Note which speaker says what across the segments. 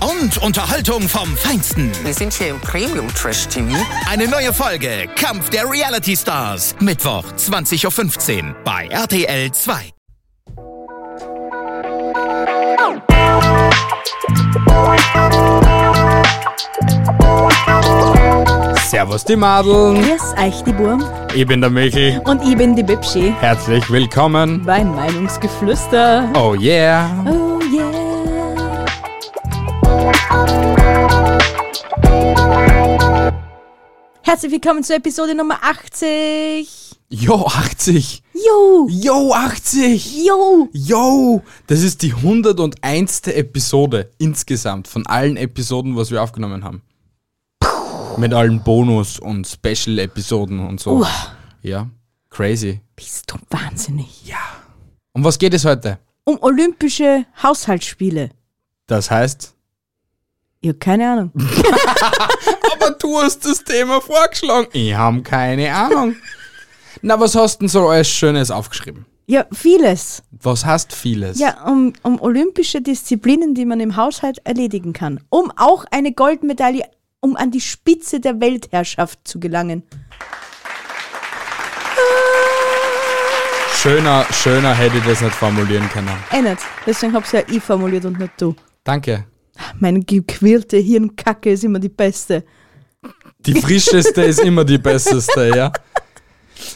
Speaker 1: und Unterhaltung vom Feinsten.
Speaker 2: Wir sind hier im Premium Trash TV.
Speaker 1: Eine neue Folge Kampf der Reality Stars. Mittwoch, 20.15 Uhr bei RTL 2.
Speaker 3: Servus die Madeln,
Speaker 4: Grüß euch, die Burm.
Speaker 3: ich bin der Michel.
Speaker 4: Und ich bin die Bibschi.
Speaker 3: Herzlich willkommen.
Speaker 4: Bei Meinungsgeflüster.
Speaker 3: Oh yeah.
Speaker 4: Oh yeah. Herzlich willkommen zur Episode Nummer 80.
Speaker 3: Jo 80.
Speaker 4: Jo.
Speaker 3: Jo 80.
Speaker 4: Jo.
Speaker 3: Jo, das ist die 101. Episode insgesamt von allen Episoden, was wir aufgenommen haben. Mit allen Bonus und Special Episoden und so.
Speaker 4: Uah.
Speaker 3: Ja, crazy.
Speaker 4: Bist du wahnsinnig.
Speaker 3: Um was geht es heute?
Speaker 4: Um olympische Haushaltsspiele.
Speaker 3: Das heißt,
Speaker 4: Ja, keine Ahnung.
Speaker 3: aber du hast das Thema vorgeschlagen. Ich habe keine Ahnung. Na, was hast denn so alles Schönes aufgeschrieben?
Speaker 4: Ja, vieles.
Speaker 3: Was hast vieles?
Speaker 4: Ja, um, um olympische Disziplinen, die man im Haushalt erledigen kann. Um auch eine Goldmedaille, um an die Spitze der Weltherrschaft zu gelangen.
Speaker 3: Schöner, schöner hätte ich das nicht formulieren können.
Speaker 4: Eh nicht. Deswegen hab's ja ich formuliert und nicht du.
Speaker 3: Danke.
Speaker 4: Meine gequirlte Hirnkacke ist immer die beste.
Speaker 3: Die frischeste ist immer die besteste, ja?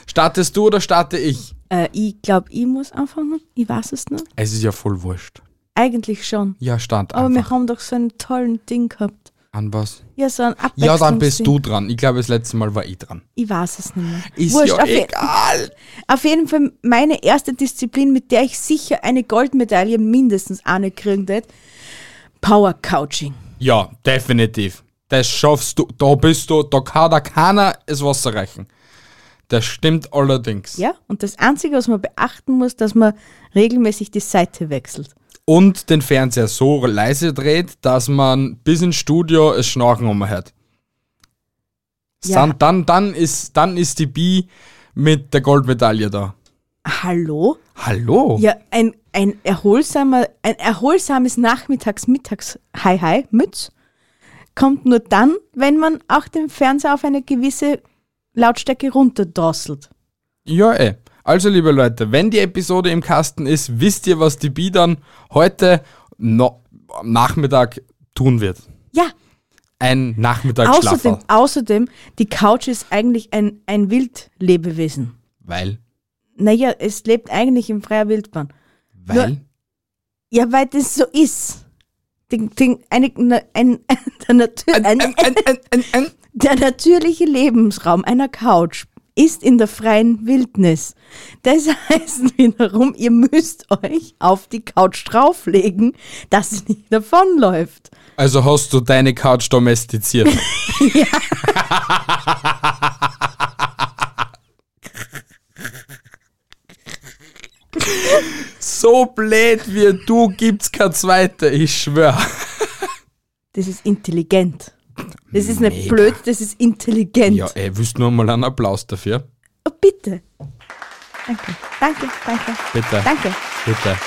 Speaker 3: Startest du oder starte ich?
Speaker 4: Äh, ich glaube, ich muss anfangen. Ich weiß es nicht.
Speaker 3: Es ist ja voll wurscht.
Speaker 4: Eigentlich schon.
Speaker 3: Ja, start
Speaker 4: Aber wir
Speaker 3: einfach.
Speaker 4: haben doch so einen tollen Ding gehabt.
Speaker 3: An was?
Speaker 4: Ja, so ein Abwechslungs
Speaker 3: Ja, dann bist du dran. Ich glaube, das letzte Mal war ich dran.
Speaker 4: Ich weiß es nicht mehr.
Speaker 3: Ist
Speaker 4: Wurscht,
Speaker 3: ja
Speaker 4: auf je-
Speaker 3: egal.
Speaker 4: Auf jeden Fall meine erste Disziplin, mit der ich sicher eine Goldmedaille mindestens eine kriegen werde. Power Couching.
Speaker 3: Ja, definitiv. Das schaffst du. Da bist du. Da kann da keiner das Wasser reichen. Das stimmt allerdings.
Speaker 4: Ja, und das Einzige, was man beachten muss, dass man regelmäßig die Seite wechselt.
Speaker 3: Und den Fernseher so leise dreht, dass man bis ins Studio es Schnarchen umhört.
Speaker 4: Ja.
Speaker 3: Dann, dann, dann, ist, dann ist die Bi mit der Goldmedaille da.
Speaker 4: Hallo?
Speaker 3: Hallo?
Speaker 4: Ja, ein, ein, erholsamer, ein erholsames Nachmittags-Mittags-Hi-Hi-Mütz kommt nur dann, wenn man auch den Fernseher auf eine gewisse Lautstärke runterdrosselt.
Speaker 3: Ja, ey. Also, liebe Leute, wenn die Episode im Kasten ist, wisst ihr, was die Bi dann heute no am Nachmittag tun wird.
Speaker 4: Ja,
Speaker 3: Ein
Speaker 4: außerdem,
Speaker 3: Nachmittagsschlaffer.
Speaker 4: außerdem, die Couch ist eigentlich ein, ein Wildlebewesen.
Speaker 3: Weil,
Speaker 4: Naja, es lebt eigentlich in freier Wildbahn.
Speaker 3: weil,
Speaker 4: Ja, weil das so ist. Ding, ding, eine, na- ein, der, natür, ein, der natürliche Lebensraum einer Couch ist in der freien Wildnis. Das heißt wiederum, ihr müsst euch auf die Couch drauflegen, dass sie nicht davonläuft.
Speaker 3: also hast du deine Couch domestiziert. so blöd wie du gibt's keine zweite, ich schwör.
Speaker 4: Das ist intelligent. Das ist nicht
Speaker 3: Mega.
Speaker 4: blöd, das ist intelligent.
Speaker 3: Ja, ey, willst du nur mal einen Applaus dafür?
Speaker 4: Oh, bitte. Danke, danke, danke,
Speaker 3: Bitte.
Speaker 4: danke.
Speaker 3: Bitte.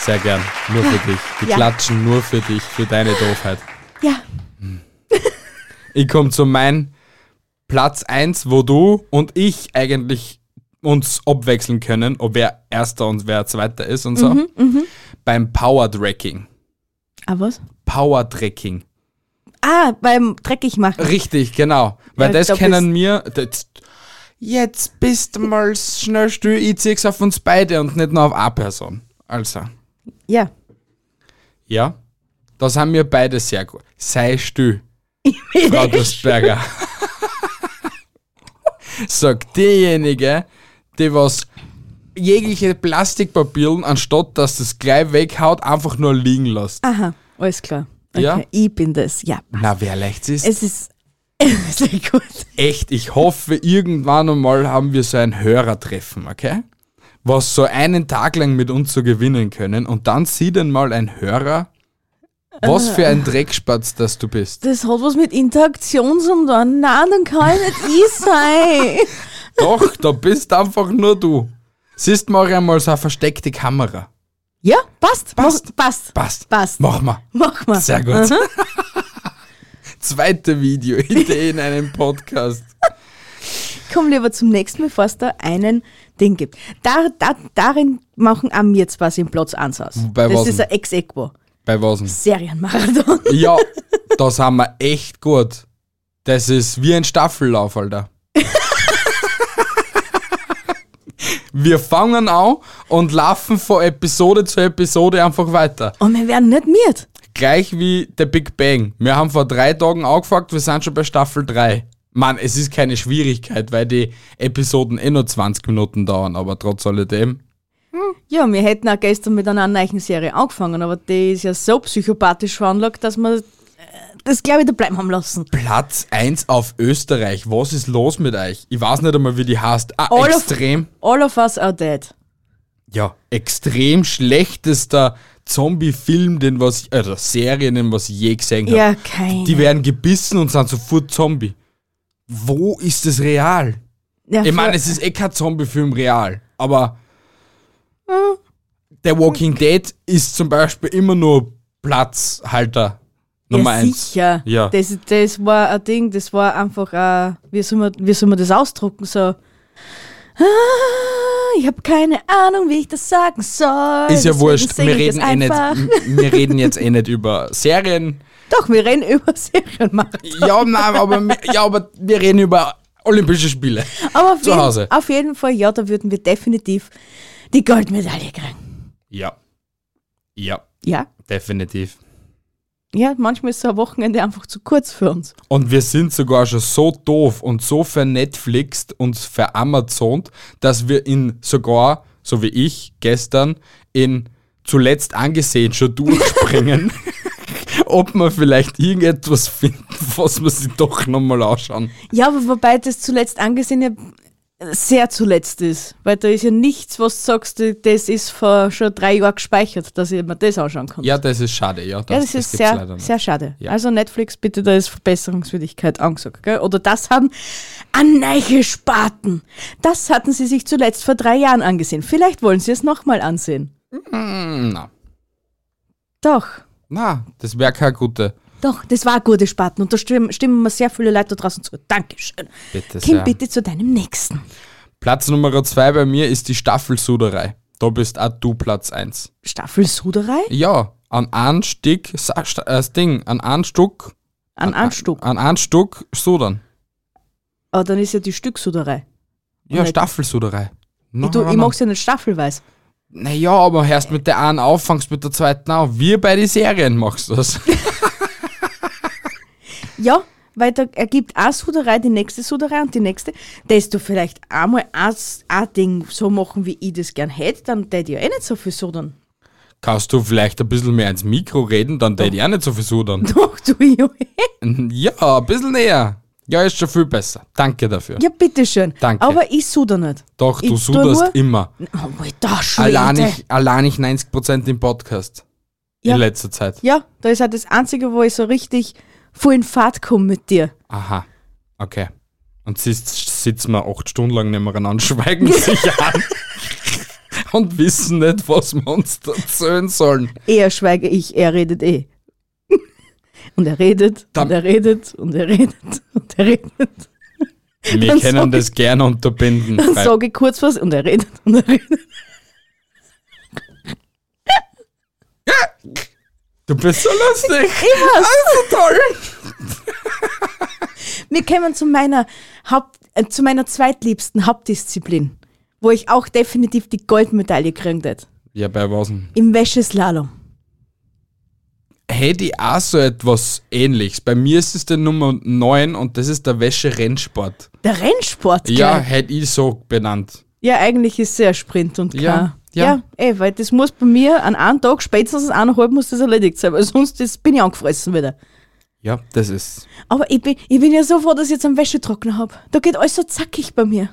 Speaker 3: Sehr gern. Nur für dich. Die
Speaker 4: Ja.
Speaker 3: klatschen nur für dich, für deine Doofheit.
Speaker 4: Ja,
Speaker 3: Ich komme zu meinem Platz 1, wo du und ich eigentlich uns abwechseln können, ob wer Erster und wer Zweiter ist und so.
Speaker 4: Mhm,
Speaker 3: Beim Power-Tracking.
Speaker 4: aber was?
Speaker 3: Power-Tracking.
Speaker 4: Ah, beim Dreckig machen.
Speaker 3: Richtig, genau. Weil
Speaker 4: Ja,
Speaker 3: das
Speaker 4: da
Speaker 3: kennen wir. Das, jetzt bist du mal schnell still, ich zieh's auf uns beide und nicht nur auf eine Person. Also,
Speaker 4: Ja.
Speaker 3: ja. Das haben wir beide sehr gut. Sei still. Frau Dustberger. Sagt diejenige, die was jegliche Plastikpapieren, anstatt dass das gleich weghaut, einfach nur liegen lässt.
Speaker 4: Aha, alles klar.
Speaker 3: Ja?
Speaker 4: Okay, ich bin das, ja.
Speaker 3: Na, wer leicht ist?
Speaker 4: Es ist sehr gut.
Speaker 3: Echt, ich hoffe, irgendwann einmal haben wir so ein Hörertreffen, okay? Was so einen Tag lang mit uns so gewinnen können und dann sieht einmal ein Hörer, was für ein Dreckspatz das du bist.
Speaker 4: Das hat was mit Interaktion zu tun. Nein, dann kann ich nicht ich sein.
Speaker 3: Doch, da bist einfach nur du. Siehst mal einmal so eine versteckte Kamera.
Speaker 4: Ja, passt.
Speaker 3: Passt.
Speaker 4: Mach- passt.
Speaker 3: Passt.
Speaker 4: Passt.
Speaker 3: Mach mal.
Speaker 4: Mach mal.
Speaker 3: Sehr gut. Zweite Video, Idee in einem Podcast.
Speaker 4: Komm lieber zum nächsten, bevor es da einen Ding gibt. Da, da, darin machen auch mir zwar den Platz eins aus.
Speaker 3: Bei
Speaker 4: das
Speaker 3: was
Speaker 4: ist
Speaker 3: denn?
Speaker 4: ein ex equo
Speaker 3: Bei was denn?
Speaker 4: Serienmarathon.
Speaker 3: Ja, da sind wir echt gut. Das ist wie ein Staffellauf, Alter. Wir fangen an und laufen von Episode zu Episode einfach weiter.
Speaker 4: Und wir werden nicht miert.
Speaker 3: Gleich wie der Big Bang. Wir haben vor drei Tagen angefragt, wir sind schon bei Staffel 3. Mann, es ist keine Schwierigkeit, weil die Episoden eh nur 20 Minuten dauern, aber trotz alledem.
Speaker 4: Ja, wir hätten auch gestern mit einer neuen Serie angefangen, aber die ist ja so psychopathisch veranlagt, dass wir äh, das, glaube ich, da bleiben haben lassen.
Speaker 3: Platz 1 auf Österreich. Was ist los mit euch? Ich weiß nicht einmal, wie die heißt. Ah,
Speaker 4: All of-
Speaker 3: extrem.
Speaker 4: All of us are dead.
Speaker 3: ja, extrem schlechtester Zombie-Film, den was, also Serien, den was ich je gesehen habe.
Speaker 4: Ja, keine.
Speaker 3: Die werden gebissen und sind sofort Zombie. Wo ist das real?
Speaker 4: ja,
Speaker 3: Ich meine,
Speaker 4: voll.
Speaker 3: es ist eh kein Zombie-Film real, aber der Walking Dead ist zum Beispiel immer nur Platzhalter Nummer
Speaker 4: ja,
Speaker 3: eins.
Speaker 4: Sicher.
Speaker 3: Ja.
Speaker 4: Das, das war ein Ding, das war einfach ein, wie soll man, wie soll man das ausdrucken? So, ah, ich habe keine Ahnung, wie ich das sagen soll.
Speaker 3: Ist ja
Speaker 4: deswegen
Speaker 3: wurscht,
Speaker 4: sing
Speaker 3: wir
Speaker 4: ich
Speaker 3: reden,
Speaker 4: das
Speaker 3: eh nicht,
Speaker 4: einfach.
Speaker 3: wir reden jetzt eh nicht über Serien,
Speaker 4: Doch, wir reden über Serienmarathon.
Speaker 3: Ja, nein, aber, ja, aber wir reden über Olympische Spiele.
Speaker 4: Aber auf
Speaker 3: Zu
Speaker 4: jeden,
Speaker 3: Hause.
Speaker 4: auf jeden Fall, ja, da würden wir definitiv die Goldmedaille kriegen.
Speaker 3: Ja. Ja,
Speaker 4: Ja,
Speaker 3: definitiv.
Speaker 4: ja, manchmal ist so ein Wochenende einfach zu kurz für uns.
Speaker 3: Und wir sind sogar schon so doof und so vernetflixt und veramazont, dass wir in sogar, so wie ich gestern, in zuletzt angesehen schon durchspringen, ob wir vielleicht irgendetwas finden, was wir sich doch nochmal anschauen.
Speaker 4: Ja, aber wobei das zuletzt angesehen ja sehr zuletzt ist, weil da ist ja nichts, was du sagst, das ist vor schon drei Jahren gespeichert, dass ich mir das anschauen kann.
Speaker 3: Ja, das ist schade, ja. Das,
Speaker 4: Ja, das,
Speaker 3: das
Speaker 4: ist
Speaker 3: gibt's leider
Speaker 4: sehr,
Speaker 3: nicht.
Speaker 4: sehr schade.
Speaker 3: Ja.
Speaker 4: Also Netflix, bitte, da ist Verbesserungswürdigkeit angesagt. Gell? Oder das haben Aneiche Spaten. Das hatten sie sich zuletzt vor drei Jahren angesehen. Vielleicht wollen sie es nochmal ansehen.
Speaker 3: Na,
Speaker 4: Doch,
Speaker 3: na, das wäre keine gute.
Speaker 4: doch, das war gute Spaten und da stimmen, stimmen mir sehr viele Leute da draußen zu. Dankeschön.
Speaker 3: Bitte
Speaker 4: Kim,
Speaker 3: sehr.
Speaker 4: bitte zu deinem Nächsten.
Speaker 3: Platz Nummer 2 bei mir ist die Staffelsuderei. Da bist auch du Platz 1.
Speaker 4: Staffelsuderei?
Speaker 3: Ja, an einem Stück, Sa- Sta- äh, das Ding, an einem Stück,
Speaker 4: An
Speaker 3: Ah,
Speaker 4: Anstub.
Speaker 3: an einem Stück sudern.
Speaker 4: Aber dann ist ja die Stücksuderei.
Speaker 3: Ja,
Speaker 4: Nicht.
Speaker 3: Staffelsuderei. No,
Speaker 4: Ich, tu- ich mag's ja nicht staffelweise.
Speaker 3: Naja, aber erst mit der einen auf, fangst mit der zweiten auf. Wie bei den Serien machst du das.
Speaker 4: Ja, weil da ergibt eine Suderei die nächste Suderei und die nächste. Dass du vielleicht einmal ein, ein Ding so machen, wie ich das gern hätte, dann tät ich ja eh nicht so viel sudern.
Speaker 3: Kannst du vielleicht ein bisschen mehr ins Mikro reden, dann tät ich auch nicht so viel sudern.
Speaker 4: Doch, du eh. Junge.
Speaker 3: Ja, ein bisschen näher. Ja, ist schon viel besser. Danke dafür.
Speaker 4: Ja, bitteschön.
Speaker 3: Danke.
Speaker 4: Aber ich suder nicht.
Speaker 3: Doch, du
Speaker 4: ich tu
Speaker 3: suderst
Speaker 4: nur-
Speaker 3: immer.
Speaker 4: Oh, Alter, Schwede.
Speaker 3: Allein ich, allein ich 90% im Podcast.
Speaker 4: Ja.
Speaker 3: In letzter Zeit.
Speaker 4: Ja, da ist halt das Einzige, wo ich so richtig voll in Fahrt komme mit dir.
Speaker 3: Aha. Okay. Und sitzt, sitzen wir acht Stunden lang nebeneinander, schweigen sich an und wissen nicht, was wir uns erzählen sollen.
Speaker 4: Er schweige ich, er redet eh. Und er redet,
Speaker 3: Dann-
Speaker 4: und er redet, und er redet, und er redet.
Speaker 3: Wir
Speaker 4: Dann
Speaker 3: können
Speaker 4: sag
Speaker 3: das gerne unterbinden.
Speaker 4: Dann
Speaker 3: weil-
Speaker 4: sage ich kurz was und er redet und er redet.
Speaker 3: du bist so lustig.
Speaker 4: toll! Wir kommen zu meiner, Haupt, äh, zu meiner zweitliebsten Hauptdisziplin, wo ich auch definitiv die Goldmedaille kriegen werde.
Speaker 3: Ja, bei was denn?
Speaker 4: Im Wäscheslalom.
Speaker 3: Hätte ich auch so etwas ähnliches. Bei mir ist es der Nummer 9 und das ist der Wäscherennsport.
Speaker 4: Der Rennsport.
Speaker 3: Ja,
Speaker 4: gell?
Speaker 3: hätte ich so benannt.
Speaker 4: ja eigentlich ist es ja Sprint und
Speaker 3: Ja,
Speaker 4: klar. Ja, eh, weil das muss bei mir an einem Tag, spätestens an eineinhalb muss das erledigt sein, weil sonst das bin ich angefressen wieder.
Speaker 3: Ja, das ist.
Speaker 4: Aber ich bin, ich bin ja so froh, dass ich jetzt einen Wäschetrockner habe. Da geht alles so zackig bei mir.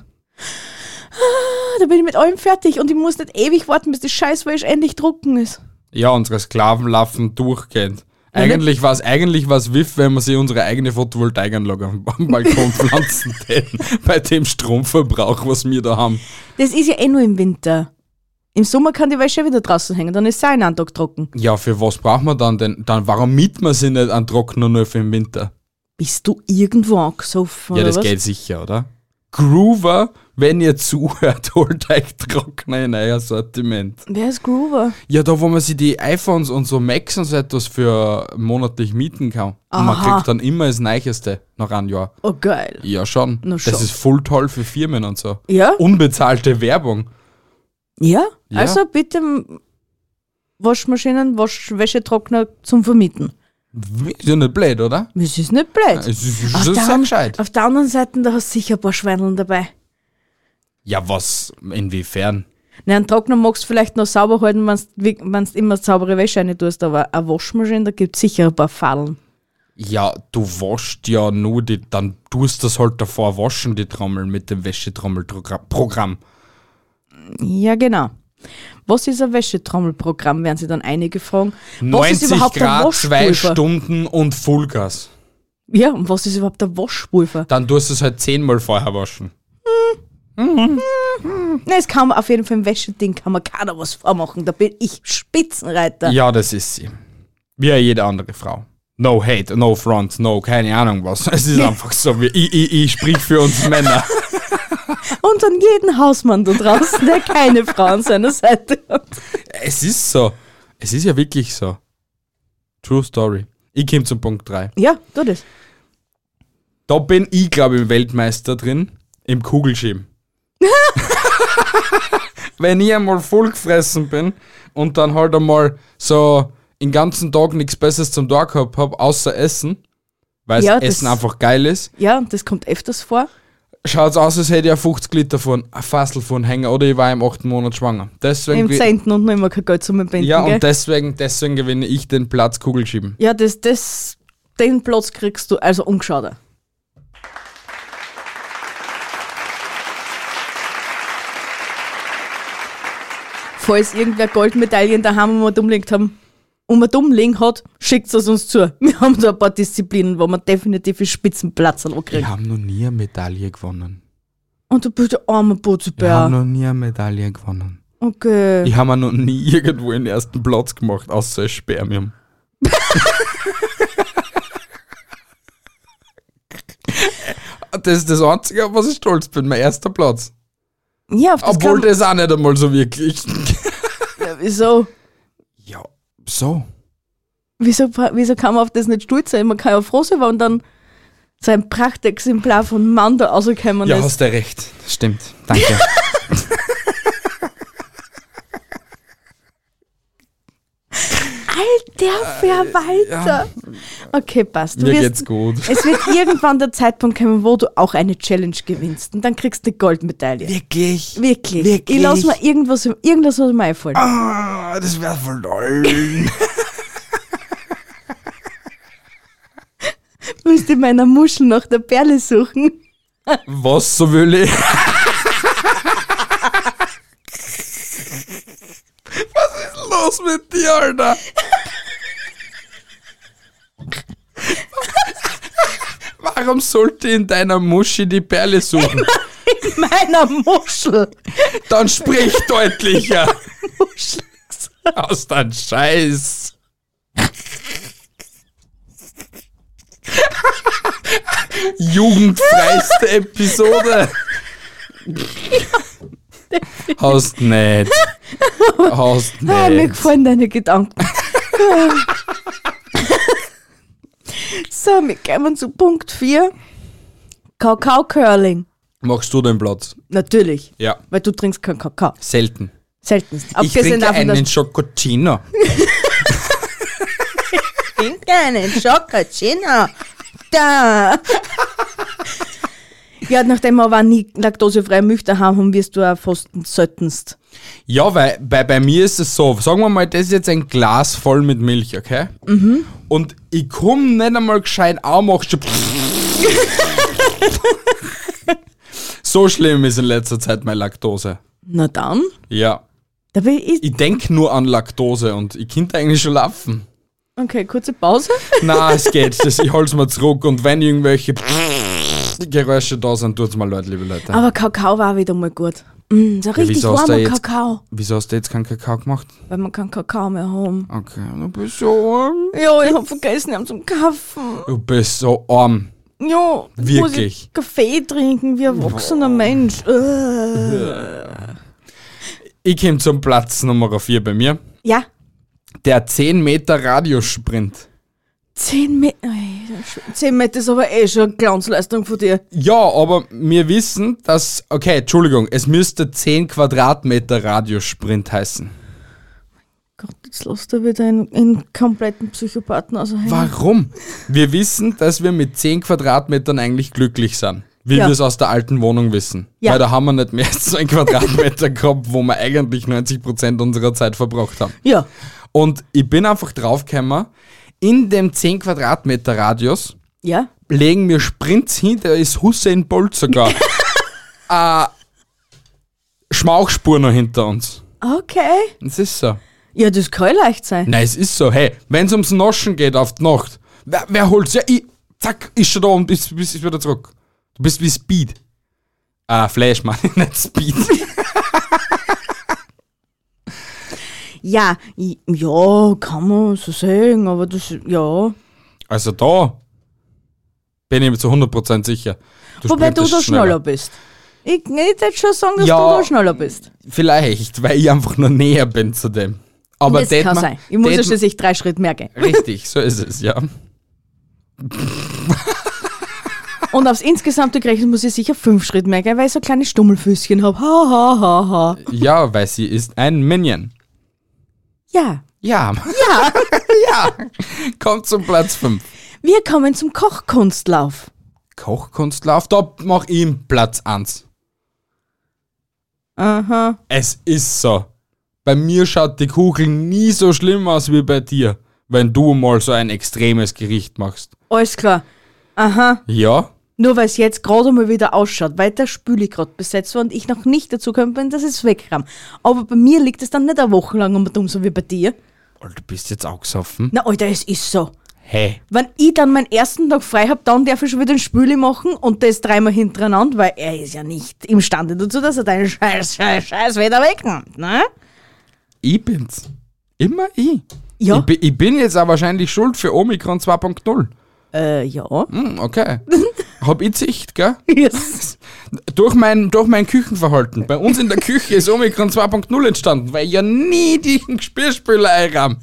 Speaker 4: Ah, Da bin ich mit allem fertig und ich muss nicht ewig warten, bis die Scheißwäsche endlich drucken ist.
Speaker 3: Ja, unsere Sklaven laufen durchgehend. Eigentlich war es eigentlich war's Wiff, wenn wir sie unsere eigene Photovoltaikanlage am am Balkon pflanzen täten, bei dem Stromverbrauch, was wir da haben.
Speaker 4: Das ist ja eh nur im Winter. Im Sommer kann die Wäsche wieder draußen hängen, dann ist sie auch einen Tag trocken.
Speaker 3: Ja, für was brauchen wir dann denn? Dann warum mieten wir sie nicht an Trockner nur für den Winter?
Speaker 4: Bist du irgendwo angesoffen?
Speaker 3: Ja,
Speaker 4: oder
Speaker 3: das
Speaker 4: was?
Speaker 3: geht sicher, oder? Groover, wenn ihr zuhört, holt euch Trockner in euer Sortiment.
Speaker 4: Wer ist Groover?
Speaker 3: Ja, da wo man sich die iPhones und so Macs und so etwas für monatlich mieten kann. Und man
Speaker 4: Aha.
Speaker 3: kriegt dann immer das Neueste nach einem Jahr.
Speaker 4: Oh, geil.
Speaker 3: Ja, schon.
Speaker 4: Na schon.
Speaker 3: Das ist voll toll für Firmen und so.
Speaker 4: Ja?
Speaker 3: Unbezahlte Werbung.
Speaker 4: Ja?
Speaker 3: Oh. Ja.
Speaker 4: Also bitte m, Waschmaschinen, Wasch Wäschetrockner zum Vermieten.
Speaker 3: Ist ja nicht blöd, oder?
Speaker 4: Das ist nicht blöd.
Speaker 3: Es ist,
Speaker 4: Auf
Speaker 3: es
Speaker 4: der
Speaker 3: ist sehr
Speaker 4: an-
Speaker 3: gescheit.
Speaker 4: Auf der anderen Seite, da hast du sicher ein paar Schweineln dabei.
Speaker 3: Ja, was? Inwiefern?
Speaker 4: Nein, einen Trockner magst du vielleicht noch sauber halten, wenn du immer saubere Wäsche rein tust, aber eine Waschmaschine, da gibt es sicher ein paar Fallen.
Speaker 3: Ja, du waschst ja nur die, dann tust das halt davor waschen, die Trommel mit dem Wäschetrommelprogramm.
Speaker 4: Ja, genau. Was ist ein Wäschetrommelprogramm, werden sie dann einige fragen. Was
Speaker 3: 90
Speaker 4: ist überhaupt ein
Speaker 3: Grad, zwei
Speaker 4: Waschpulver?
Speaker 3: Stunden und Vollgas.
Speaker 4: Ja, und was ist überhaupt der Waschpulver?
Speaker 3: Dann tust du es halt zehnmal vorher waschen.
Speaker 4: Nein, es kann man auf jeden Fall im Wäscheding kann man keiner was vormachen. Da bin ich Spitzenreiter.
Speaker 3: Ja, das ist sie. Wie auch jede andere Frau. No hate, no front, no, keine Ahnung was. Es ist einfach so, wie, ich, ich, ich sprich für uns Männer.
Speaker 4: Und an jeden Hausmann da draußen, der keine Frau an seiner Seite hat.
Speaker 3: Es ist so. Es ist ja wirklich so. True Story. Ich komme zum Punkt 3.
Speaker 4: Ja, tu das.
Speaker 3: Da bin ich, glaube ich, Weltmeister drin. Im Kugelschieben. Wenn ich einmal voll gefressen bin und dann halt einmal so den ganzen Tag nichts Besseres zum Tag gehabt habe, außer Essen, weil
Speaker 4: Ja, das-
Speaker 3: Essen einfach geil ist,
Speaker 4: Ja, und das kommt öfters vor.
Speaker 3: schaut's aus, als hätte ich ein 50 Liter von ein Fassel von hängen oder ich war im achten Monat schwanger. Deswegen
Speaker 4: Im
Speaker 3: gewi-
Speaker 4: Zehnten und noch immer kein Geld zum Binden.
Speaker 3: ja,
Speaker 4: gell?
Speaker 3: und deswegen, deswegen gewinne ich den Platz Kugelschieben.
Speaker 4: ja das, das, den Platz kriegst du, also umgeschaut. auch. Falls irgendwer Goldmedaillen daheim um umlegt haben, um wir dumm liegen hat, schickt es uns zu. Wir haben da ein paar Disziplinen, wo wir definitiv einen Spitzenplatz ankriegen.
Speaker 3: Wir haben noch nie eine Medaille gewonnen.
Speaker 4: Und du bist der arme
Speaker 3: Wir haben
Speaker 4: Butzbär.
Speaker 3: noch nie eine Medaille gewonnen.
Speaker 4: Okay.
Speaker 3: Ich habe mir noch nie irgendwo den ersten Platz gemacht, außer als Spermium. das ist das Einzige, auf was ich stolz bin, mein erster Platz.
Speaker 4: Ja, auf das
Speaker 3: Obwohl
Speaker 4: kann,
Speaker 3: das auch nicht einmal so wirklich.
Speaker 4: Ja, wieso,
Speaker 3: ja, so.
Speaker 4: wieso, wieso kann man auf das nicht stolz sein? Man kann ja froh sein, wenn dann sein Prachtexemplar von Mann da rausgekommen
Speaker 3: Ja,
Speaker 4: ist.
Speaker 3: hast du recht. Das stimmt. Danke.
Speaker 4: Der fährt weiter. Okay, passt. Du
Speaker 3: Äh, Mir
Speaker 4: wirst-
Speaker 3: geht's gut.
Speaker 4: Es wird irgendwann der Zeitpunkt kommen, wo du auch eine Challenge gewinnst. Und dann kriegst du eine Goldmedaille.
Speaker 3: Wirklich?
Speaker 4: Wirklich. Ich lass mir irgendwas, irgendwas was mir einfallen.
Speaker 3: Ah, das wäre voll toll.
Speaker 4: Müsste in meiner Muschel nach der Perle suchen.
Speaker 3: was, so will ich? was ist los mit dir, Alter? Warum sollte ich in deiner Muschi die Perle suchen?
Speaker 4: Meiner Muschel.
Speaker 3: Dann sprich deutlicher
Speaker 4: Muschel.
Speaker 3: aus deinem Scheiß. Jugendfreiste Episode. Hast nicht. Hast
Speaker 4: Ah, mir
Speaker 3: nicht.
Speaker 4: gefallen deine Gedanken. so, wir kommen zu Punkt 4. Kakao Curling.
Speaker 3: Machst du den Platz?
Speaker 4: Natürlich,
Speaker 3: Ja,
Speaker 4: weil du trinkst keinen Kakao.
Speaker 3: selten.
Speaker 4: Seltenst.
Speaker 3: Ich trinke
Speaker 4: davon, dass
Speaker 3: einen Schokocino.
Speaker 4: trinke einen Schokocino. Da. Ja, nachdem wir aber nie laktosefreie Milch daheim haben, wirst du auch fast seltenst.
Speaker 3: Ja, weil bei, bei mir ist es so, sagen wir mal, das ist jetzt ein Glas voll mit Milch, okay? Und ich komm nicht einmal gescheit anmachen. schon- so schlimm ist in letzter Zeit meine Laktose.
Speaker 4: Na dann,
Speaker 3: Ja.
Speaker 4: da bin ich.
Speaker 3: Ich denk nur an Laktose und ich könnte eigentlich schon laufen.
Speaker 4: Okay, kurze Pause.
Speaker 3: Na, es geht. Das, ich hol's mal zurück und wenn irgendwelche Geräusche da sind, tut's mal leid, liebe Leute.
Speaker 4: Aber Kakao war wieder mal gut. Mm, so
Speaker 3: Ah.
Speaker 4: richtig
Speaker 3: wieso hast du
Speaker 4: warmer
Speaker 3: jetzt-
Speaker 4: Kakao,
Speaker 3: Wieso hast du jetzt keinen Kakao gemacht?
Speaker 4: weil man keinen Kakao mehr haben.
Speaker 3: Okay, du bist so arm.
Speaker 4: Ja, ich hab vergessen, ich hab zum Kaffen.
Speaker 3: Du bist so arm.
Speaker 4: Ja, jetzt Muss
Speaker 3: Wirklich?
Speaker 4: ich Kaffee trinken wie ein erwachsener Mensch. Äh.
Speaker 3: Ich komme zum Platz Nummer 4 bei mir.
Speaker 4: Ja,
Speaker 3: Der 10 Meter Radiosprint.
Speaker 4: 10 Meter. Ey, das ist schon- 10 Meter ist aber eh schon eine Glanzleistung von dir.
Speaker 3: Ja, aber wir wissen, dass. Okay, Entschuldigung, es müsste 10 Quadratmeter Radiosprint heißen.
Speaker 4: Gott, jetzt lässt er wieder einen, einen kompletten Psychopathen aushängen.
Speaker 3: Warum? Wir wissen, dass wir mit 10 Quadratmetern eigentlich glücklich sind. Wie
Speaker 4: Ja.
Speaker 3: wir es aus der alten Wohnung wissen.
Speaker 4: Ja.
Speaker 3: Weil da haben wir nicht mehr als so einen Quadratmeter gehabt, wo wir eigentlich 90% unserer Zeit verbracht haben.
Speaker 4: Ja.
Speaker 3: Und ich bin einfach draufgekommen, in dem 10 Quadratmeter Radius
Speaker 4: Ja.
Speaker 3: legen mir Sprints hin, da ist Hussein Bolt sogar. äh, Schmauchspur noch hinter uns.
Speaker 4: Okay.
Speaker 3: Es ist so.
Speaker 4: Ja, das kann ja leicht sein.
Speaker 3: Nein, es ist so. Hey, wenn es ums Noschen geht auf die Nacht, wer, wer holt's? Ja, ich, zack, ist schon da und bist, bist, bist wieder zurück. Du bist wie Speed. Ah, Flash, Mann, nicht Speed.
Speaker 4: Ja, i- ja, kann man so sagen, aber das, ja.
Speaker 3: Also da bin ich mir zu 100% sicher. Du
Speaker 4: Wobei du da
Speaker 3: sprintest
Speaker 4: schneller bist. Ich, ich würde schon sagen, dass
Speaker 3: Ja.
Speaker 4: du da schneller bist.
Speaker 3: Vielleicht, weil ich einfach nur näher bin zu dem. Aber
Speaker 4: das
Speaker 3: tät
Speaker 4: kann
Speaker 3: man-
Speaker 4: sein. Ich muss
Speaker 3: tät
Speaker 4: ja
Speaker 3: man-
Speaker 4: schließlich drei Schritte mehr gehen.
Speaker 3: Richtig, so ist es, ja.
Speaker 4: Und aufs Insgesamte gerechnet muss ich sicher fünf Schritte mehr gehen, weil ich so kleine Stummelfüßchen habe. Ha, ha, ha, ha.
Speaker 3: Ja, weil sie ist ein Minion.
Speaker 4: Ja.
Speaker 3: Ja. Ja. ja. Kommt zum Platz 5.
Speaker 4: Wir kommen zum Kochkunstlauf.
Speaker 3: Kochkunstlauf, da mach ich ihm Platz 1.
Speaker 4: Aha.
Speaker 3: Es ist so. Bei mir schaut die Kugel nie so schlimm aus wie bei dir, wenn du mal so ein extremes Gericht machst.
Speaker 4: Alles klar.
Speaker 3: Ja?
Speaker 4: Nur weil es jetzt gerade mal wieder ausschaut, weil der Spüli gerade besetzt war und ich noch nicht dazu gekommen bin, dass es wegkam. Aber bei mir liegt es dann nicht eine Woche lang um und um, so wie bei dir.
Speaker 3: Alter, Oh, du bist jetzt auch gesoffen.
Speaker 4: Na, Alter, es ist so.
Speaker 3: Hey.
Speaker 4: Wenn ich dann meinen ersten Tag frei habe, dann darf ich schon wieder den Spüli machen und das dreimal hintereinander, weil er ist ja nicht imstande dazu, dass er deinen scheiß, scheiß, scheiß wieder wegnimmt, ne?
Speaker 3: Ich bin's. Immer ich.
Speaker 4: Ja.
Speaker 3: Ich, bi- ich bin jetzt auch wahrscheinlich schuld für Omikron 2.0.
Speaker 4: Äh, ja.
Speaker 3: Hm, okay. Hab ich Sicht, gell?
Speaker 4: Yes.
Speaker 3: Durch mein, durch mein Küchenverhalten. Bei uns in der Küche ist Omikron 2.0 entstanden, weil ich ja nie die Geschirrspüler einrahm.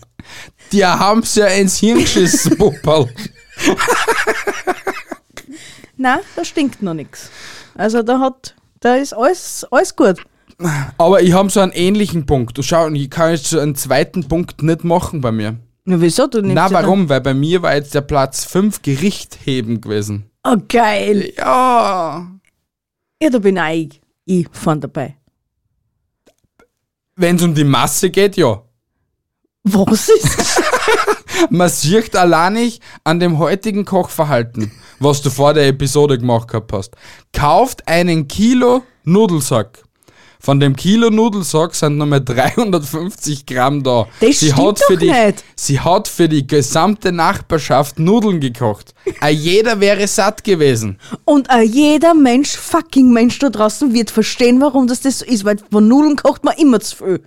Speaker 3: Die haben's ja ins Hirn geschissen, Puppal.
Speaker 4: Na, da stinkt noch nichts. Also da hat, da ist alles, alles gut.
Speaker 3: Aber ich habe so einen ähnlichen Punkt. Du schau, ich kann jetzt so einen zweiten Punkt nicht machen bei mir.
Speaker 4: Na, wieso du nimmst
Speaker 3: Na,
Speaker 4: ja dann-
Speaker 3: warum? Weil bei mir war jetzt der Platz 5 Gericht heben gewesen.
Speaker 4: Oh, geil.
Speaker 3: Ja.
Speaker 4: Ja, da bin auch ich. Ich von dabei.
Speaker 3: Wenn's um die Masse geht, ja.
Speaker 4: Was ist?
Speaker 3: Man sieht allein nicht an dem heutigen Kochverhalten, was du vor der Episode gemacht gehabt hast. Kauft einen Kilo Nudelsack. Von dem Kilo Nudelsack sind nochmal 350 Gramm da.
Speaker 4: Das stimmt
Speaker 3: für
Speaker 4: doch
Speaker 3: die,
Speaker 4: nicht.
Speaker 3: Sie hat für die gesamte Nachbarschaft Nudeln gekocht. A jeder wäre satt gewesen.
Speaker 4: Und auch jeder Mensch, fucking Mensch da draußen wird verstehen, warum das das so ist, weil von Nudeln kocht man immer zu viel.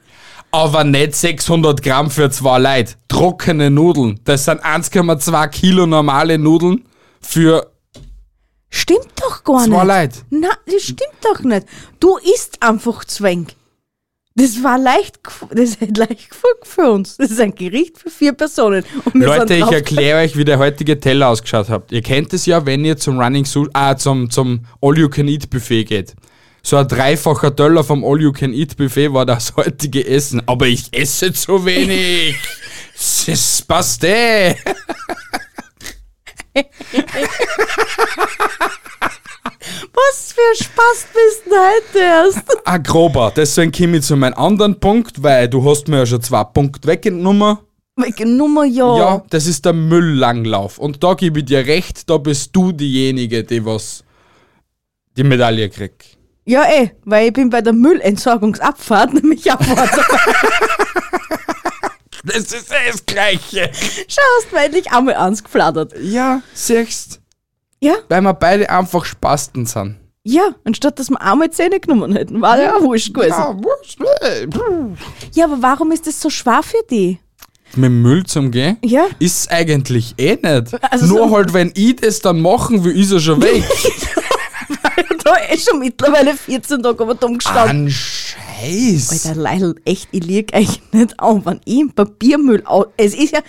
Speaker 3: Aber nicht 600 Gramm für zwei Leute. Trockene Nudeln. Das sind 1,2 Kilo normale Nudeln für
Speaker 4: Stimmt doch gar nicht.
Speaker 3: zwei Leute.
Speaker 4: Na, das stimmt doch nicht. Du isst einfach Zwäng. Das war leicht, gef- das hat leicht gefolgt für uns. Das ist ein Gericht für vier Personen. Und wir
Speaker 3: Leute,
Speaker 4: sind
Speaker 3: ich
Speaker 4: drauf-
Speaker 3: erkläre euch, wie der heutige Teller ausgeschaut hat. Ihr kennt es ja, wenn ihr zum Running Su ah, zum, zum All-You-Can-Eat-Buffet geht. So ein dreifacher Teller vom All-You-Can-Eat-Buffet war das heutige Essen. Aber ich esse zu wenig. Es ist Paste.
Speaker 4: Was für Spaß bist du heute erst?
Speaker 3: Ah, grober. Deswegen komme ich zu meinem anderen Punkt, weil du hast mir ja schon zwei Punkte weggenommen.
Speaker 4: Wegen Nummer ja.
Speaker 3: Ja, das ist der Mülllanglauf. Und da gebe ich dir recht, da bist du diejenige, die was die Medaille kriegt.
Speaker 4: Ja, eh, weil ich bin bei der Müllentsorgungsabfahrt nämlich auch vor dabei.
Speaker 3: Das ist eh das Gleiche.
Speaker 4: Schaust, weil ich einmal angeflattert.
Speaker 3: Ja, siehst,
Speaker 4: Ja,
Speaker 3: weil wir beide einfach Spasten sind.
Speaker 4: ja, anstatt dass wir einmal Zähne genommen hätten, war ja auch wurscht gewesen. Ja.
Speaker 3: Ah, wurscht, äh, puh.
Speaker 4: aber warum ist das so schwer für die?
Speaker 3: Mit Müll zum Gehen?
Speaker 4: Ja.
Speaker 3: Ist eigentlich eh nicht.
Speaker 4: Also
Speaker 3: Nur
Speaker 4: so-
Speaker 3: halt, wenn ich das dann machen will, ist er schon weg.
Speaker 4: da ist schon mittlerweile 14 Tage aber dumm gestanden.
Speaker 3: An Scheiß.
Speaker 4: Alter, Leil, echt, ich lieg euch nicht an, wenn ich im Papiermüll au- Es ist ja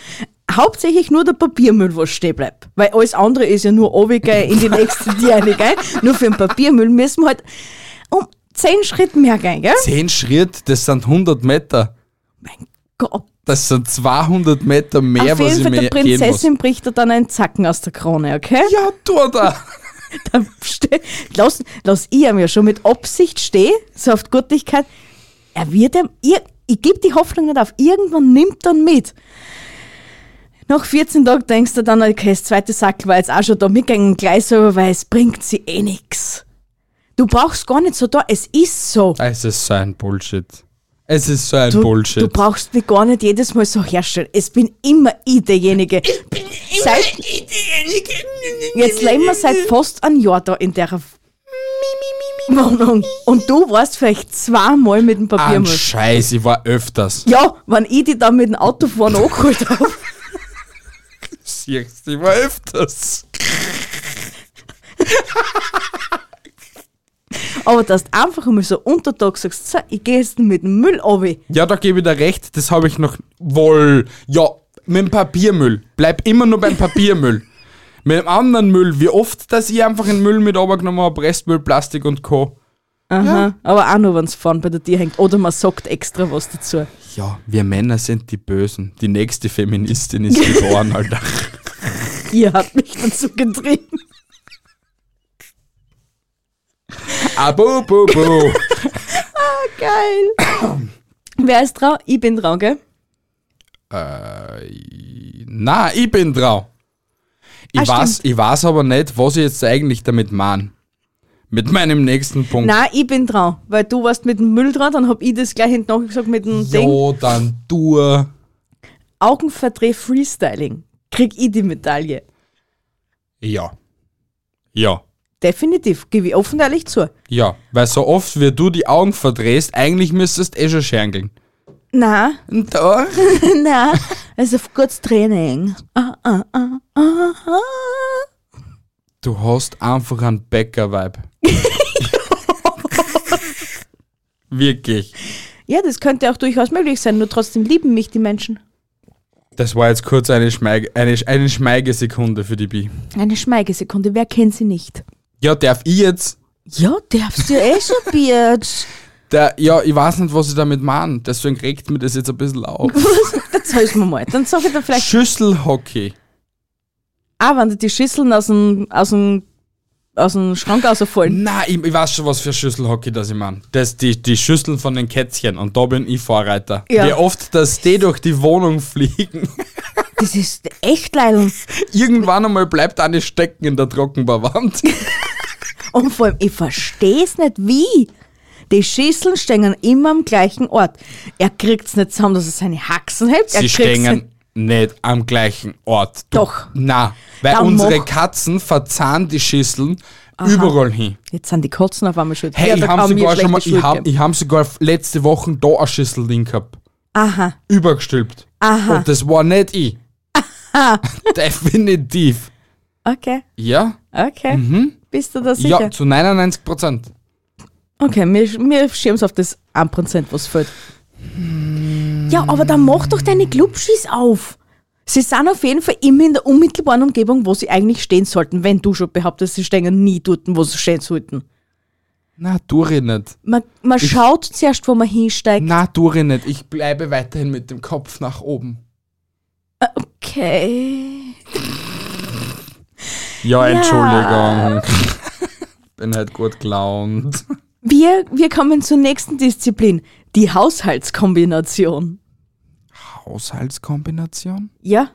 Speaker 4: hauptsächlich nur der Papiermüll, was stehen bleibt. Weil alles andere ist ja nur runtergehen in die nächste Diane, gell? Nur für den Papiermüll müssen wir halt um 10 Schritt mehr gehen, gell?
Speaker 3: Zehn Schritte, das sind 100 Meter.
Speaker 4: Gott.
Speaker 3: Das sind 200 Meter mehr,
Speaker 4: Auf
Speaker 3: was
Speaker 4: jeden
Speaker 3: ich
Speaker 4: Fall,
Speaker 3: mir
Speaker 4: der
Speaker 3: gehen muss.
Speaker 4: Prinzessin bricht da dann einen Zacken aus der Krone, okay?
Speaker 3: Ja, tu da.
Speaker 4: Dann ste- lass, lass ich ihm ja schon mit Absicht stehen, so auf die Guttigkeit. Er wird ihm, ir- ich gebe die Hoffnung nicht auf, irgendwann nimmt er ihn mit. Nach 14 Tagen denkst du dann, okay, das zweite Sackel war jetzt auch schon da mitgegangen, gleich so, weil es bringt sie eh nix. Du brauchst gar nicht so da, es ist so.
Speaker 3: Es ist so ein Bullshit. Es ist so ein
Speaker 4: Du,
Speaker 3: Bullshit.
Speaker 4: du brauchst mich gar nicht jedes Mal so herstellen. Es bin immer ich derjenige. Ich bin immer seit, ich derjenige. Jetzt leben wir seit fast einem Jahr da in der Wohnung. Und du warst vielleicht zweimal mit dem
Speaker 3: An
Speaker 4: Papiermüll.
Speaker 3: Scheiß, ich war öfters.
Speaker 4: Ja, wenn ich die dann mit dem Auto vorne angeholt habe.
Speaker 3: Siehst, ich war öfters.
Speaker 4: Aber dass du einfach einmal so unter Tag sagst, so, ich gehe jetzt mit dem Müll runter.
Speaker 3: Ja, da gebe ich dir recht, das habe ich noch wohl. Ja, mit dem Papiermüll. Bleib immer nur beim Papiermüll. mit dem anderen Müll, wie oft, dass ich einfach den Müll mit runtergenommen habe, Restmüll, Plastik und Co.
Speaker 4: Aber auch nur, wenn es vorne bei der Tür hängt. Oder man sagt extra was dazu.
Speaker 3: Ja, wir Männer sind die Bösen. Die nächste Feministin ist geboren, Alter.
Speaker 4: Ihr habt mich dazu getrieben.
Speaker 3: Abu, bu, bu.
Speaker 4: Geil. Wer ist dran? Ich bin dran, gell?
Speaker 3: Na, ich bin drauf. Ich,
Speaker 4: Ah,
Speaker 3: weiß, ich weiß aber nicht, was ich jetzt eigentlich damit meine. Mit meinem nächsten Punkt.
Speaker 4: Nein, ich bin dran, weil du warst mit dem Müll dran, dann hab ich das gleich hinten nachgesagt mit dem Ding.
Speaker 3: Jo, dann du.
Speaker 4: Augenverdreh Freestyling. Krieg ich die Medaille.
Speaker 3: Ja. Ja.
Speaker 4: Definitiv, gebe ich offen ehrlich zu.
Speaker 3: Ja. Weil so oft, wie du die Augen verdrehst, eigentlich müsstest eh schon schergeln.
Speaker 4: Na,
Speaker 3: Doch.
Speaker 4: na, also auf kurz Training. Ah, ah, ah, ah, ah.
Speaker 3: Du hast einfach einen Bäcker-Vibe. Wirklich.
Speaker 4: Ja, das könnte auch durchaus möglich sein, nur trotzdem lieben mich die Menschen.
Speaker 3: Das war jetzt kurz eine, Schmeig eine, eine Schmeigesekunde für die Bi.
Speaker 4: Eine Schmeigesekunde, wer kennt sie nicht?
Speaker 3: Ja, darf ich jetzt
Speaker 4: Ja, darfst du eh schon, Bitch.
Speaker 3: Der, ja, ich weiß nicht, was ich damit meine. Deswegen regt mir das jetzt ein bisschen auf.
Speaker 4: Dann sag's mir mal. Dann sag ich dir vielleicht
Speaker 3: Schüsselhockey.
Speaker 4: Ah, wenn dir die Schüsseln aus dem, aus dem, aus dem Schrank rausfallen.
Speaker 3: Nein, ich, ich weiß schon, was für Schüsselhockey das ich meine. Das, die, die Schüsseln von den Kätzchen. Und da bin ich Vorreiter.
Speaker 4: Ja.
Speaker 3: Wie oft, dass die durch die Wohnung fliegen.
Speaker 4: Das ist echt leider.
Speaker 3: Irgendwann einmal bleibt eine stecken in der Trockenbauwand.
Speaker 4: Und vor allem, ich versteh's nicht, wie. Die Schüsseln stehen immer am gleichen Ort. Er kriegt's nicht zusammen, dass er seine Haxen hält. er
Speaker 3: Sie
Speaker 4: kriegt's nicht-
Speaker 3: stehen nicht am gleichen Ort. Du-
Speaker 4: Doch.
Speaker 3: Na, weil
Speaker 4: Dann
Speaker 3: unsere
Speaker 4: mach.
Speaker 3: Katzen verzahnen die Schüsseln überall hin.
Speaker 4: Jetzt sind die Kotzen auf einmal schuld.
Speaker 3: Hey,
Speaker 4: Ja,
Speaker 3: ich
Speaker 4: da
Speaker 3: habe
Speaker 4: kann mir
Speaker 3: sogar schon
Speaker 4: schlechte
Speaker 3: mal, ich
Speaker 4: Schuld
Speaker 3: hab,
Speaker 4: geben.
Speaker 3: ich hab sogar letzte Woche da eine Schüssel drin gehabt.
Speaker 4: Aha.
Speaker 3: übergestülpt.
Speaker 4: Aha.
Speaker 3: Und das war nicht ich. Definitiv.
Speaker 4: Okay.
Speaker 3: Ja?
Speaker 4: Okay. Bist du da sicher?
Speaker 3: Mhm. Ja, zu 99 Prozent.
Speaker 4: Okay, wir, wir schirm's auf das 1%, was fehlt. Ja, aber dann mach doch deine Glubschis auf. Sie sind auf jeden Fall immer in der unmittelbaren Umgebung, wo sie eigentlich stehen sollten, wenn du schon behauptest, sie stehen nie dort, wo sie stehen sollten.
Speaker 3: Na, tue ich nicht.
Speaker 4: Man, man schaut zuerst, wo man hinsteigt.
Speaker 3: Na, tue ich nicht. Ich bleibe weiterhin mit dem Kopf nach oben.
Speaker 4: Okay.
Speaker 3: Ja,
Speaker 4: Entschuldigung.
Speaker 3: bin halt gut gelaunt.
Speaker 4: Wir, wir kommen zur nächsten Disziplin, die Haushaltskombination.
Speaker 3: Haushaltskombination?
Speaker 4: Ja,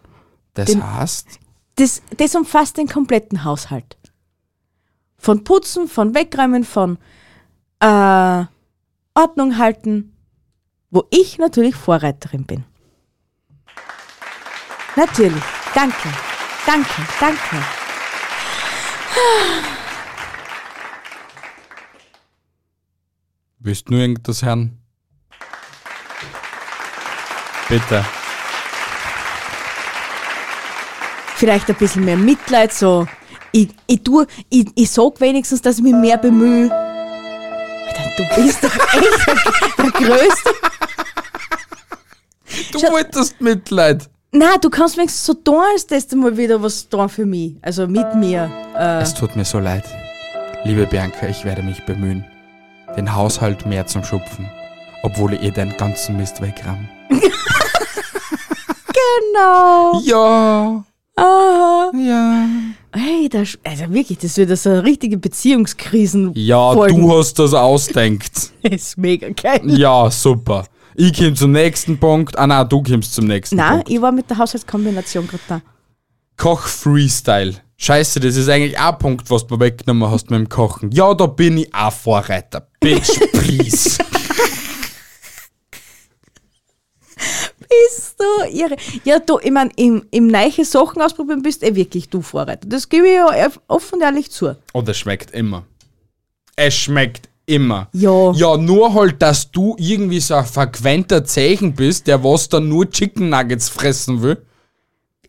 Speaker 3: Das
Speaker 4: Den-
Speaker 3: heißt,
Speaker 4: das, das umfasst den kompletten Haushalt. Von Putzen, von Wegräumen, von äh, Ordnung halten, wo ich natürlich Vorreiterin bin. Natürlich. Danke. Danke. Danke.
Speaker 3: willst du nur irgendwas hören? Bitte.
Speaker 4: Vielleicht ein bisschen mehr Mitleid, so. Ich, ich, tu, ich, ich sag wenigstens, dass ich mich mehr bemühe. Alter, du bist doch echt der, der größte
Speaker 3: Du wolltest Mitleid.
Speaker 4: Na, du kannst wenigstens so tun, als dass du mal wieder was tun für mich. Also mit mir.
Speaker 3: Es tut mir so leid. Liebe Bianca, ich werde mich bemühen, den Haushalt mehr zum Schupfen, obwohl ihr den ganzen Mist wegrammt.
Speaker 4: Genau.
Speaker 3: Ja,
Speaker 4: Aha.
Speaker 3: ja.
Speaker 4: Hey, das, also wirklich, das wird so eine richtige Beziehungskrisen.
Speaker 3: Ja,
Speaker 4: Folgen.
Speaker 3: du hast das ausdenkt.
Speaker 4: Das ist mega geil.
Speaker 3: Ja, super. Ich komme zum nächsten Punkt. Ah, nein, du kommst zum nächsten
Speaker 4: Na,
Speaker 3: Punkt.
Speaker 4: ich war mit der Haushaltskombination gerade da.
Speaker 3: Koch-Freestyle. Scheiße, das ist eigentlich auch ein Punkt, was du mir weggenommen hast mit dem Kochen. Ja, da bin ich auch Vorreiter. Bitch, please.
Speaker 4: Bist du irre? Ja, du, ich mein, im, im neiche Sachen ausprobieren bist eh wirklich du Vorreiter. Das gebe ich ja eff- offen und ehrlich zu.
Speaker 3: Und es schmeckt immer. Es schmeckt immer.
Speaker 4: Ja.
Speaker 3: Ja, nur halt, dass du irgendwie so ein frequenter Zeichen bist, der was dann nur Chicken Nuggets fressen will.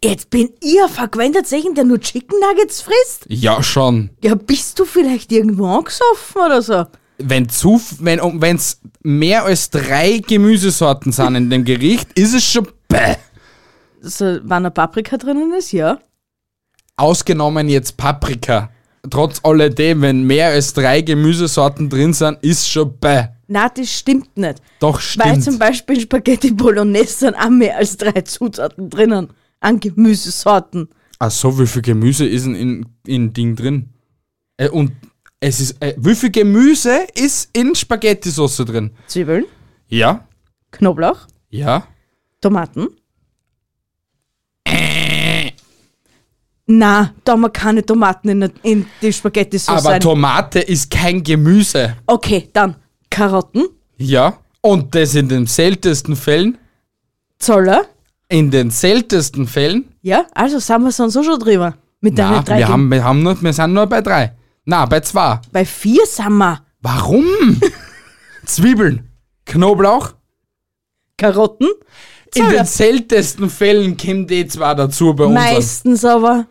Speaker 4: Jetzt bin ich ein verquenter Zeichen, der nur Chicken Nuggets frisst?
Speaker 3: Ja, schon.
Speaker 4: Ja, bist du vielleicht irgendwo angesoffen oder so?
Speaker 3: Wenn zu, wenn um- wenn's mehr als drei Gemüsesorten sind in dem Gericht, ist es schon bäh.
Speaker 4: so, wenn eine Paprika drinnen ist, ja.
Speaker 3: Ausgenommen jetzt Paprika. Trotz alledem, wenn mehr als drei Gemüsesorten drin sind, ist schon bäh.
Speaker 4: Na, das stimmt nicht.
Speaker 3: Doch
Speaker 4: Weil zum
Speaker 3: stimmt.
Speaker 4: Beispiel in Spaghetti Bolognese sind auch mehr als drei Zutaten drinnen. An Gemüsesorten.
Speaker 3: Ach Ah, so, wie viel Gemüse ist denn in, in Ding drin? Äh, und es ist, äh, wie viel Gemüse ist in Spaghetti-Sauce drin?
Speaker 4: Zwiebeln,
Speaker 3: Ja.
Speaker 4: Knoblauch,
Speaker 3: Ja.
Speaker 4: Tomaten. Na, da man keine Tomaten in, in die Spaghetti Sauce
Speaker 3: Aber
Speaker 4: rein.
Speaker 3: Tomate ist kein Gemüse.
Speaker 4: Okay, dann Karotten,
Speaker 3: Ja. Und das in den seltensten Fällen.
Speaker 4: Zoller.
Speaker 3: In den seltensten Fällen.
Speaker 4: Ja, also sind wir sonst auch schon drüber. Mit deinen
Speaker 3: Na,
Speaker 4: halt drei
Speaker 3: wir,
Speaker 4: Gem-
Speaker 3: haben, wir, haben nur, wir sind nur bei drei. Na, bei zwei.
Speaker 4: Bei vier sind wir.
Speaker 3: Warum? Zwiebeln, Knoblauch.
Speaker 4: Karotten,
Speaker 3: In
Speaker 4: Zoller.
Speaker 3: den seltensten Fällen kommen die zwei dazu bei uns.
Speaker 4: meistens aber.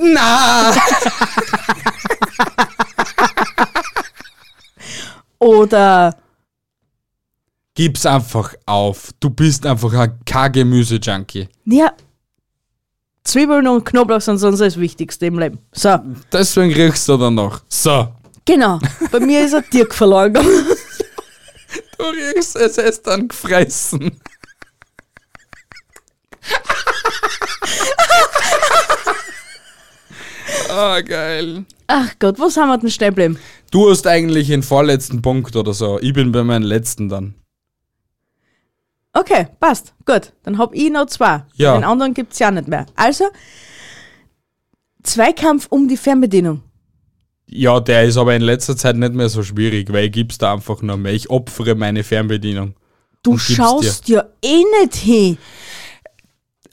Speaker 3: Na!
Speaker 4: Oder
Speaker 3: Gib's einfach auf. Du bist einfach ein K-Gemüse-Junkie.
Speaker 4: Ja. Zwiebeln und Knoblauch sind sonst das Wichtigste im Leben. So,
Speaker 3: Deswegen riechst du danach. So.
Speaker 4: genau. Bei mir ist ein Dirk verloren gegangen.
Speaker 3: Du riechst es, es dann gefressen. Ah, geil.
Speaker 4: Ach Gott, was haben wir denn stehen geblieben?
Speaker 3: Du hast eigentlich den vorletzten Punkt oder so. Ich bin bei meinem letzten dann.
Speaker 4: Okay, passt. Gut, dann hab ich noch zwei.
Speaker 3: Ja.
Speaker 4: Den anderen gibt's ja nicht mehr. Also, Zweikampf um die Fernbedienung.
Speaker 3: Ja, der ist aber in letzter Zeit nicht mehr so schwierig, weil ich gib's da einfach nur mehr. Ich opfere meine Fernbedienung.
Speaker 4: Du
Speaker 3: Und gib's
Speaker 4: schaust ja eh nicht hin.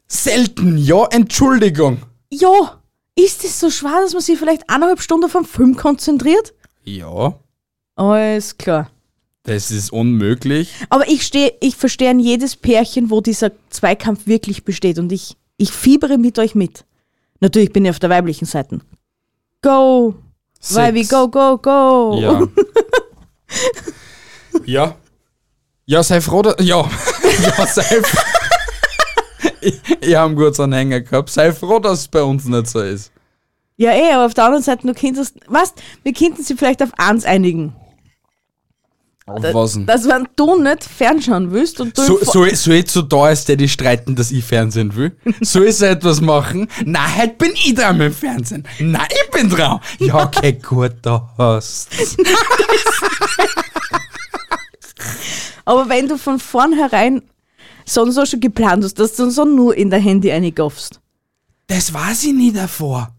Speaker 3: Selten, ja, Entschuldigung.
Speaker 4: Ja, ist es so schwer, dass man sich vielleicht eineinhalb Stunden auf einen Film konzentriert?
Speaker 3: Ja,
Speaker 4: Alles klar.
Speaker 3: das ist unmöglich.
Speaker 4: Aber ich stehe, ich verstehe an jedes Pärchen, wo dieser Zweikampf wirklich besteht und ich, ich fiebere mit euch mit. Natürlich bin ich auf der weiblichen Seite. Go, weil we
Speaker 3: Six.
Speaker 4: go, go, go.
Speaker 3: Ja. ja. Ja, sei froh, dass, ja. ja, sei froh. ich ich habe einen kurzen Anhänger gehabt. Sei froh, dass es bei uns nicht so ist.
Speaker 4: Ja, eh, aber auf der anderen Seite, du könntest, was? Wir könnten sie vielleicht auf eins einigen.
Speaker 3: Auf was denn?
Speaker 4: Dass wenn du nicht fernschauen willst und du
Speaker 3: So,
Speaker 4: im Vor-
Speaker 3: so, so jetzt so da ist der, die streiten, dass ich Fernsehen will. Soll ich so etwas machen? Na, heute bin ich dran mit dem Fernsehen. Na, ich bin dran. Ja, okay, gut, da hast.
Speaker 4: Aber wenn du von vornherein sonst auch schon geplant hast, dass du so nur in dein Handy reingaffst.
Speaker 3: Das weiß ich nie davor.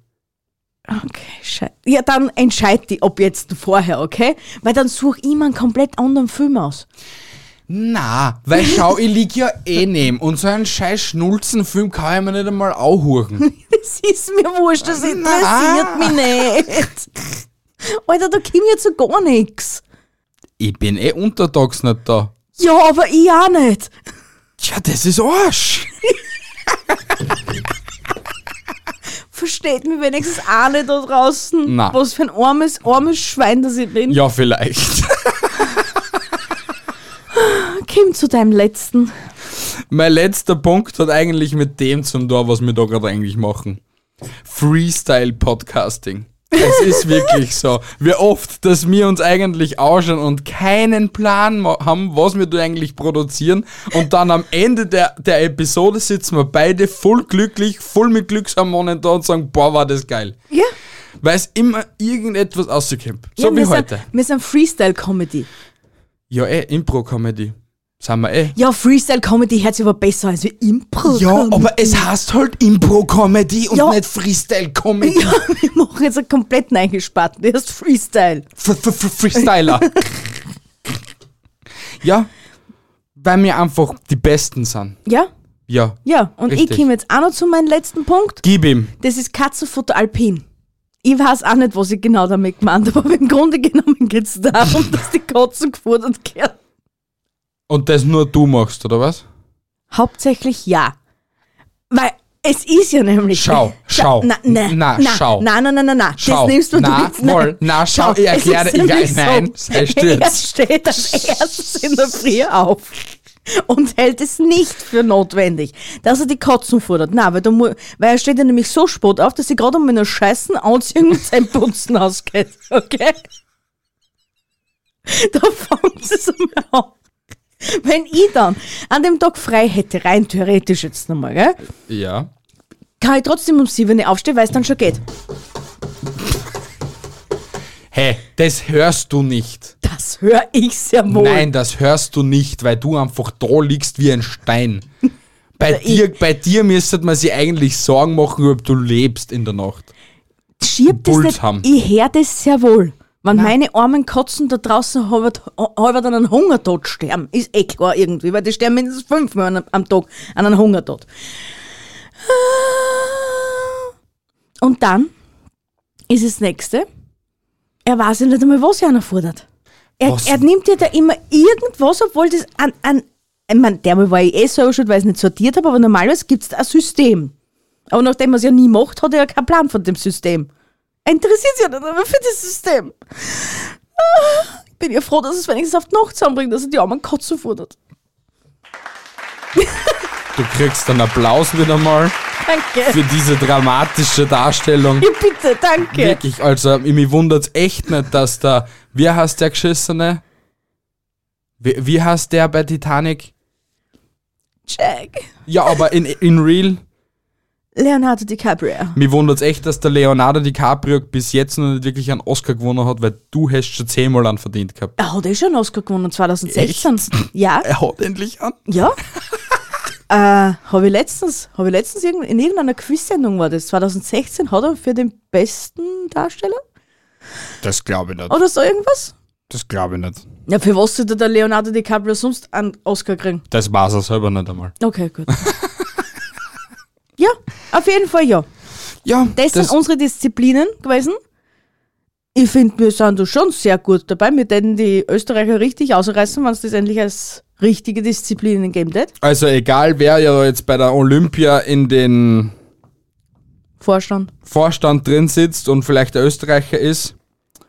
Speaker 4: Okay, scheiße. Ja, dann entscheid die ob jetzt vorher, okay? Weil dann such ich mir einen komplett anderen Film aus.
Speaker 3: Na, weil schau, ich lieg ja eh neben und so einen scheiß Schnulzenfilm kann ich mir nicht einmal anhören.
Speaker 4: Das ist mir wurscht, das interessiert mich nicht. Alter, da kommt jetzt so gar nichts.
Speaker 3: Ich bin eh untertags nicht da.
Speaker 4: Ja, aber ich auch nicht.
Speaker 3: Tja, das ist Arsch.
Speaker 4: Versteht mich wenigstens alle da draußen.
Speaker 3: Na.
Speaker 4: Was für ein armes, armes Schwein, das ich bin.
Speaker 3: Ja, vielleicht.
Speaker 4: Komm zu deinem letzten.
Speaker 3: Mein letzter Punkt hat eigentlich mit dem zum da, was wir da gerade eigentlich machen. Freestyle Podcasting. Es ist wirklich so. Wie oft, dass wir uns eigentlich ausschauen und keinen Plan ma- haben, was wir da eigentlich produzieren. Und dann am Ende der, der Episode sitzen wir beide voll glücklich, voll mit Glückshormonen da und sagen, boah, war das geil.
Speaker 4: Ja.
Speaker 3: Weil es immer irgendetwas rauskommt. So
Speaker 4: ja,
Speaker 3: wie
Speaker 4: wir
Speaker 3: heute.
Speaker 4: Sind, wir sind Freestyle-Comedy.
Speaker 3: Ja, eh, Impro-Comedy. Sind wir eh.
Speaker 4: Ja, Freestyle-Comedy hört sich aber besser als wie Impro.
Speaker 3: Ja, aber es heißt halt Impro-Comedy und
Speaker 4: Ja.
Speaker 3: nicht Freestyle-Comedy.
Speaker 4: Ja, wir machen jetzt einen kompletten Eingesparten. Der ist Freestyle.
Speaker 3: F- f- f- Freestyler. ja, weil wir einfach die Besten sind.
Speaker 4: Ja?
Speaker 3: Ja.
Speaker 4: Ja. Und
Speaker 3: Richtig.
Speaker 4: ich komme jetzt auch noch zu meinem letzten Punkt.
Speaker 3: Gib ihm.
Speaker 4: Das ist Katzenfutter Alpin. Ich weiß auch nicht, was ich genau damit gemeint habe, aber im Grunde genommen geht es darum, dass die Katzen gefordert werden.
Speaker 3: Und das nur du machst, oder was?
Speaker 4: Hauptsächlich ja. Weil es ist ja nämlich.
Speaker 3: Schau, schau.
Speaker 4: Na, na,
Speaker 3: Na,
Speaker 4: na,
Speaker 3: schau.
Speaker 4: Na, na, na, na, na.
Speaker 3: Schau.
Speaker 4: Das nimmst du
Speaker 3: Na,
Speaker 4: nicht. Nein.
Speaker 3: voll. Na, schau, ich
Speaker 4: es
Speaker 3: erkläre
Speaker 4: ist
Speaker 3: dir
Speaker 4: nämlich
Speaker 3: gleich. Nein, sei still.
Speaker 4: Er steht als erstes in der Früh auf und hält es nicht für notwendig, dass er die Katzen fordert. Nein, weil, da mu- weil er steht ja nämlich so spät auf, dass sie gerade um einen Scheißen anziehen und sein Putzen ausgeht. Okay? Da fangen sie es einmal an. Wenn ich dann an dem Tag frei hätte, rein theoretisch jetzt nochmal, gell?
Speaker 3: Ja.
Speaker 4: kann ich trotzdem um 7 Uhr aufstehen, weil es dann schon geht.
Speaker 3: Hä, das hörst du nicht.
Speaker 4: Das höre ich sehr wohl.
Speaker 3: Nein, das hörst du nicht, weil du einfach da liegst wie ein Stein. Bei dir, bei dir müsste man sich eigentlich Sorgen machen, ob du lebst in der Nacht.
Speaker 4: Schiebt das
Speaker 3: Puls
Speaker 4: nicht.
Speaker 3: haben.
Speaker 4: Ich höre das sehr wohl. Wenn meine armen Katzen da draußen halber, halber an einem Hungertod sterben, ist eh klar irgendwie, weil die sterben mindestens fünfmal an, einem- am Tag an einem Hungertod. Ah. Und dann ist das nächste, er weiß ja nicht einmal, was er einer fordert. Er,
Speaker 3: Was?
Speaker 4: er nimmt ja da immer irgendwas, obwohl das an, an ich meine, dermal war ich eh selber schuld, weil ich es nicht sortiert habe, aber normalerweise gibt es da ein System. Aber nachdem er es ja nie macht, hat er ja keinen Plan von dem System. Er interessiert sich ja nicht einmal für das System. Ah, Ich bin ja froh, dass es wenigstens auf die Nacht zusammenbringt, dass er die armen Katzen fordert.
Speaker 3: Du kriegst einen Applaus wieder mal
Speaker 4: Danke.
Speaker 3: für diese dramatische Darstellung.
Speaker 4: Ja, bitte, danke.
Speaker 3: Wirklich, also mich wundert's echt nicht, dass da. Wie heißt der Geschissene? Wie, wie heißt der bei Titanic?
Speaker 4: Jack.
Speaker 3: Ja, aber in, in real,
Speaker 4: Leonardo DiCaprio.
Speaker 3: mich wundert's echt, dass der Leonardo DiCaprio bis jetzt noch nicht wirklich einen Oscar gewonnen hat, weil du hast schon zehnmal einen verdient gehabt.
Speaker 4: Er hat eh schon einen Oscar gewonnen, 2016. Ja,
Speaker 3: Er hat endlich an.
Speaker 4: ja. äh, habe ich letztens, habe ich letztens irgend- in irgendeiner Quiz-Sendung war das, 2016 hat er für den besten Darsteller
Speaker 3: Das glaube ich nicht.
Speaker 4: oder so irgendwas?
Speaker 3: Das glaube ich nicht.
Speaker 4: Ja, für was sollte der Leonardo DiCaprio sonst einen Oscar kriegen?
Speaker 3: Das war's er selber nicht einmal.
Speaker 4: Okay, gut. ja, auf jeden Fall ja.
Speaker 3: Ja,
Speaker 4: Das, sind unsere Disziplinen gewesen. Ich finde, wir sind da schon sehr gut dabei. Wir hätten die Österreicher richtig ausreißen, wenn es das endlich als richtige Disziplinen geben hätte.
Speaker 3: also egal, wer ja jetzt bei der Olympia in den
Speaker 4: Vorstand.
Speaker 3: Vorstand drin sitzt und vielleicht der Österreicher ist,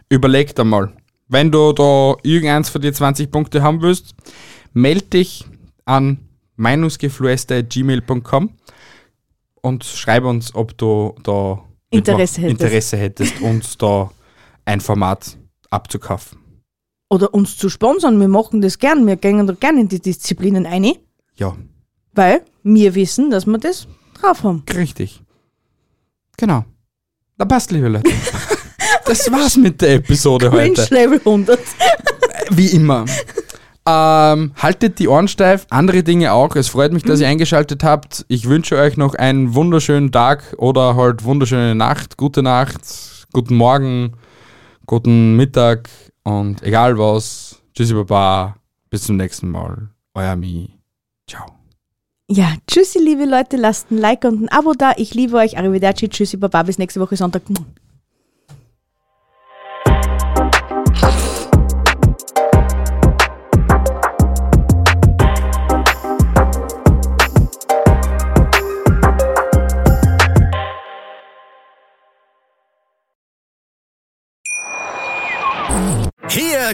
Speaker 3: überleg einmal. Wenn du da irgendeins von die 20 Punkte haben willst, meld dich an meinungsgeflüster.gmail.com und schreib uns, ob du da
Speaker 4: Interesse
Speaker 3: mitmach- Interesse hättest, uns da ein Format abzukaufen.
Speaker 4: oder uns zu sponsern, wir machen das gern, wir gehen da gern in die Disziplinen ein,
Speaker 3: Ja,
Speaker 4: weil wir wissen, dass wir das drauf haben.
Speaker 3: richtig. Genau. Na passt, liebe Leute. Das war's mit der Episode
Speaker 4: Cringe
Speaker 3: heute.
Speaker 4: Level 100.
Speaker 3: Wie immer. Ähm, haltet die Ohren steif, andere Dinge auch. Es freut mich, dass ihr eingeschaltet habt. Ich wünsche euch noch einen wunderschönen Tag oder halt wunderschöne Nacht. Gute Nacht, guten Morgen, guten Mittag und egal was. Tschüssi, Baba. Bis zum nächsten Mal. Euer Mi. Ciao.
Speaker 4: Ja, tschüssi, liebe Leute, lasst ein Like und ein Abo da. Ich liebe euch. Arrivederci, tschüssi, baba, bis nächste Woche Sonntag.
Speaker 1: Hier